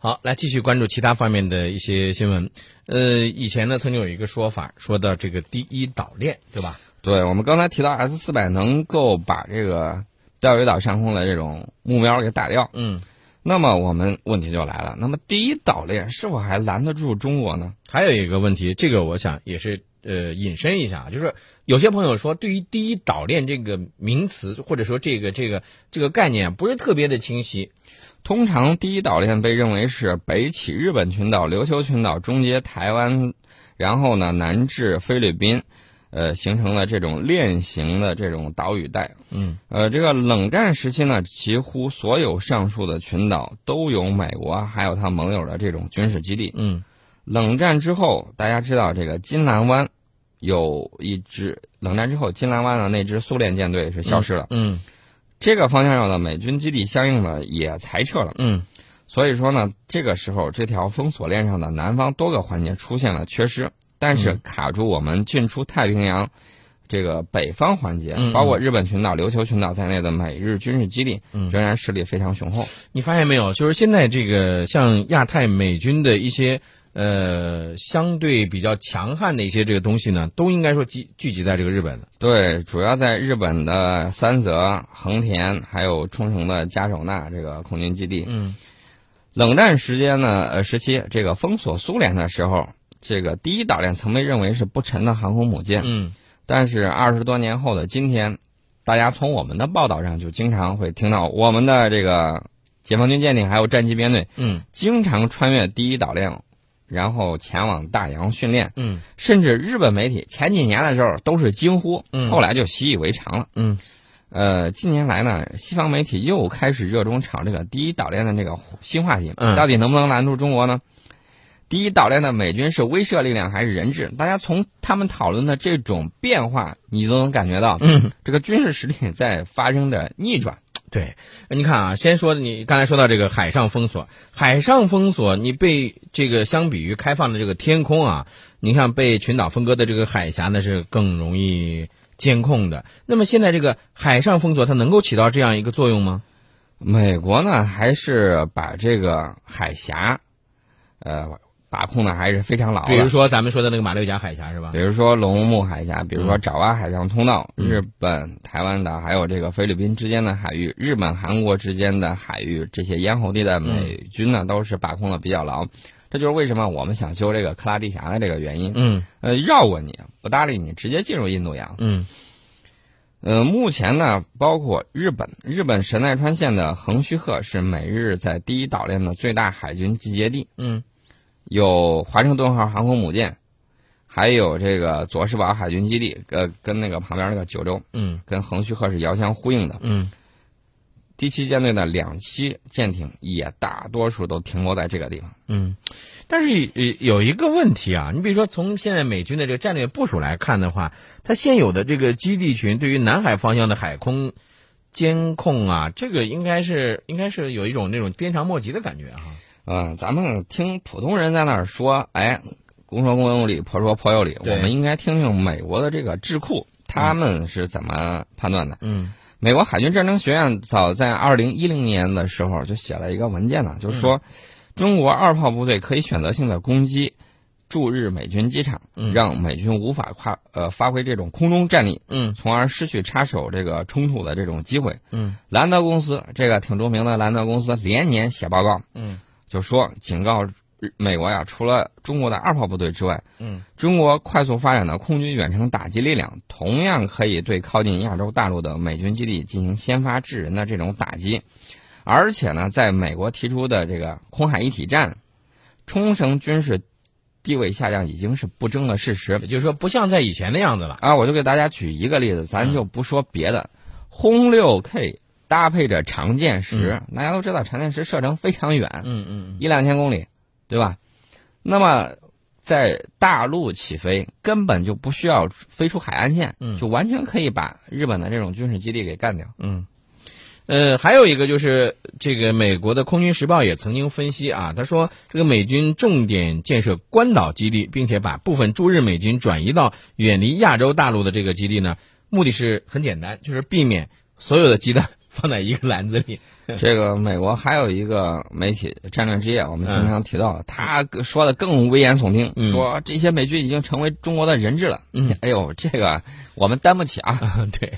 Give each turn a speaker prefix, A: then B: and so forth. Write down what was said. A: 好，来继续关注其他方面的一些新闻。呃，以前呢，曾经有一个说法，说到这个第一岛链，对吧？
B: 对我们刚才提到 S 四百能够把这个钓鱼岛上空的这种目标给打掉，
A: 嗯，
B: 那么我们问题就来了，那么第一岛链是否还拦得住中国呢？
A: 还有一个问题，这个我想也是呃引申一下啊，就是有些朋友说，对于“第一岛链”这个名词或者说这个这个这个概念不是特别的清晰。
B: 通常第一岛链被认为是北起日本群岛、琉球群岛，中接台湾，然后呢南至菲律宾，呃，形成了这种链型的这种岛屿带。
A: 嗯，
B: 呃，这个冷战时期呢，几乎所有上述的群岛都有美国还有他盟友的这种军事基地。
A: 嗯，
B: 冷战之后，大家知道这个金兰湾有一支，冷战之后金兰湾的那支苏联舰队是消失了，
A: 嗯
B: 这个方向上的美军基地相应的也裁撤了。
A: 嗯
B: 所以说呢，这个时候这条封锁链上的南方多个环节出现了缺失，但是
A: 嗯
B: 卡住我们进出太平洋这个北方环节，
A: 嗯嗯
B: 包括日本群岛、琉球群岛在内的美日军事基地，
A: 嗯
B: 仍然势力非常雄厚。
A: 你发现没有？就是现在这个像亚太美军的一些呃相对比较强悍的一些这个东西呢，都应该说聚聚集在这个日本的。
B: 对，主要在日本的三泽、横田，还有冲绳的加手纳这个空军基地。
A: 嗯
B: 冷战时间呢，呃，时期这个封锁苏联的时候，这个第一岛链曾被认为是不沉的航空母舰。
A: 嗯
B: 但是二十多年后的今天，大家从我们的报道上就经常会听到我们的这个解放军舰艇还有战机编队
A: 嗯
B: 经常穿越第一岛链，然后前往大洋训练，
A: 嗯
B: 甚至日本媒体前几年的时候都是惊呼，
A: 嗯
B: 后来就习以为常了。
A: 嗯
B: 呃，近年来呢，西方媒体又开始热衷炒这个第一岛链的这个新话题，
A: 嗯
B: 到底能不能拦住中国呢？第一岛链的美军是威慑力量还是人质？大家从他们讨论的这种变化，你都能感觉到，
A: 嗯，
B: 这个军事实力在发生着逆转。
A: 对。你看啊，先说你刚才说到这个海上封锁，海上封锁你被这个相比于开放的这个天空啊，你看被群岛分割的这个海峡呢是更容易监控的。那么现在这个海上封锁它能够起到这样一个作用吗？
B: 美国呢，还是把这个海峡，呃，把控的还是非常牢的。
A: 比如说咱们说的那个马六甲海峡是吧
B: 比？如说龙目海峡，比如说爪哇海上通道，
A: 嗯
B: 日本、台湾岛还有这个菲律宾之间的海域，日本、韩国之间的海域，这些咽喉地
A: 嗯
B: 带美军呢都是把控的比较牢。这就是为什么我们想修这个克拉地峡的这个原因。
A: 嗯
B: 呃，绕过你，不搭理你，直接进入印度洋。
A: 嗯
B: 呃，目前呢，包括日本，日本神奈川县的横须贺是美日在第一岛链的最大海军集结地。
A: 嗯
B: 有华盛顿号航空母舰，还有这个佐世保海军基地，呃，跟那个旁边那个九州
A: 嗯
B: 跟横须贺是遥相呼应的。
A: 嗯
B: 第七舰队的两栖舰艇也大多数都停泊在这个地方。
A: 嗯。但是呃有一个问题啊，你比如说从现在美军的这个战略部署来看的话，它现有的这个基地群对于南海方向的海空监控啊，这个应该是应该是有一种那种鞭长莫及的感觉啊哈、
B: 嗯、咱们听普通人在那儿说，哎，公说公有理，婆说婆有理。我
A: 对
B: 们应该听听美国的这个智库，他们是怎么判断的。
A: 嗯
B: 美国海军战争学院早在二零一零年的时候就写了一个文件呢，就是说，中国二炮部队可以选择性的攻击驻日美军机场，
A: 嗯
B: 让美军无法跨呃发挥这种空中战力，
A: 嗯
B: 从而失去插手这个冲突的这种机会。
A: 嗯
B: 兰德公司这个挺著名的兰德公司连年写报告，
A: 嗯
B: 就说警告日美国呀，除了中国的二炮部队之外，
A: 嗯
B: 中国快速发展的空军远程打击力量，同样可以对靠近亚洲大陆的美军基地进行先发制人的这种打击。而且呢，在美国提出的这个空海一体战，冲绳军事地位下降已经是不争的事实
A: 也就是说不像在以前那样子了。
B: 啊！我就给大家举一个例子，
A: 嗯
B: 咱就不说别的，轰六 K 搭配着长剑石，大家都知道长剑石射程非常远，
A: 嗯嗯
B: 一两千公里，对吧？那么在大陆起飞，根本就不需要飞出海岸线，
A: 嗯
B: 就完全可以把日本的这种军事基地给干掉。
A: 嗯，呃，还有一个就是这个美国的《空军时报》也曾经分析啊，他说这个美军重点建设关岛基地，并且把部分驻日美军转移到远离亚洲大陆的这个基地呢，目的是很简单，就是避免所有的鸡蛋放在一个篮子里。
B: 这个美国还有一个媒体《战略之夜》，我们经常提到了，他说的更危言耸听，
A: 嗯
B: 说这些美军已经成为中国的人质了。
A: 嗯，
B: 哎呦，这个我们担不起啊。
A: 啊，对。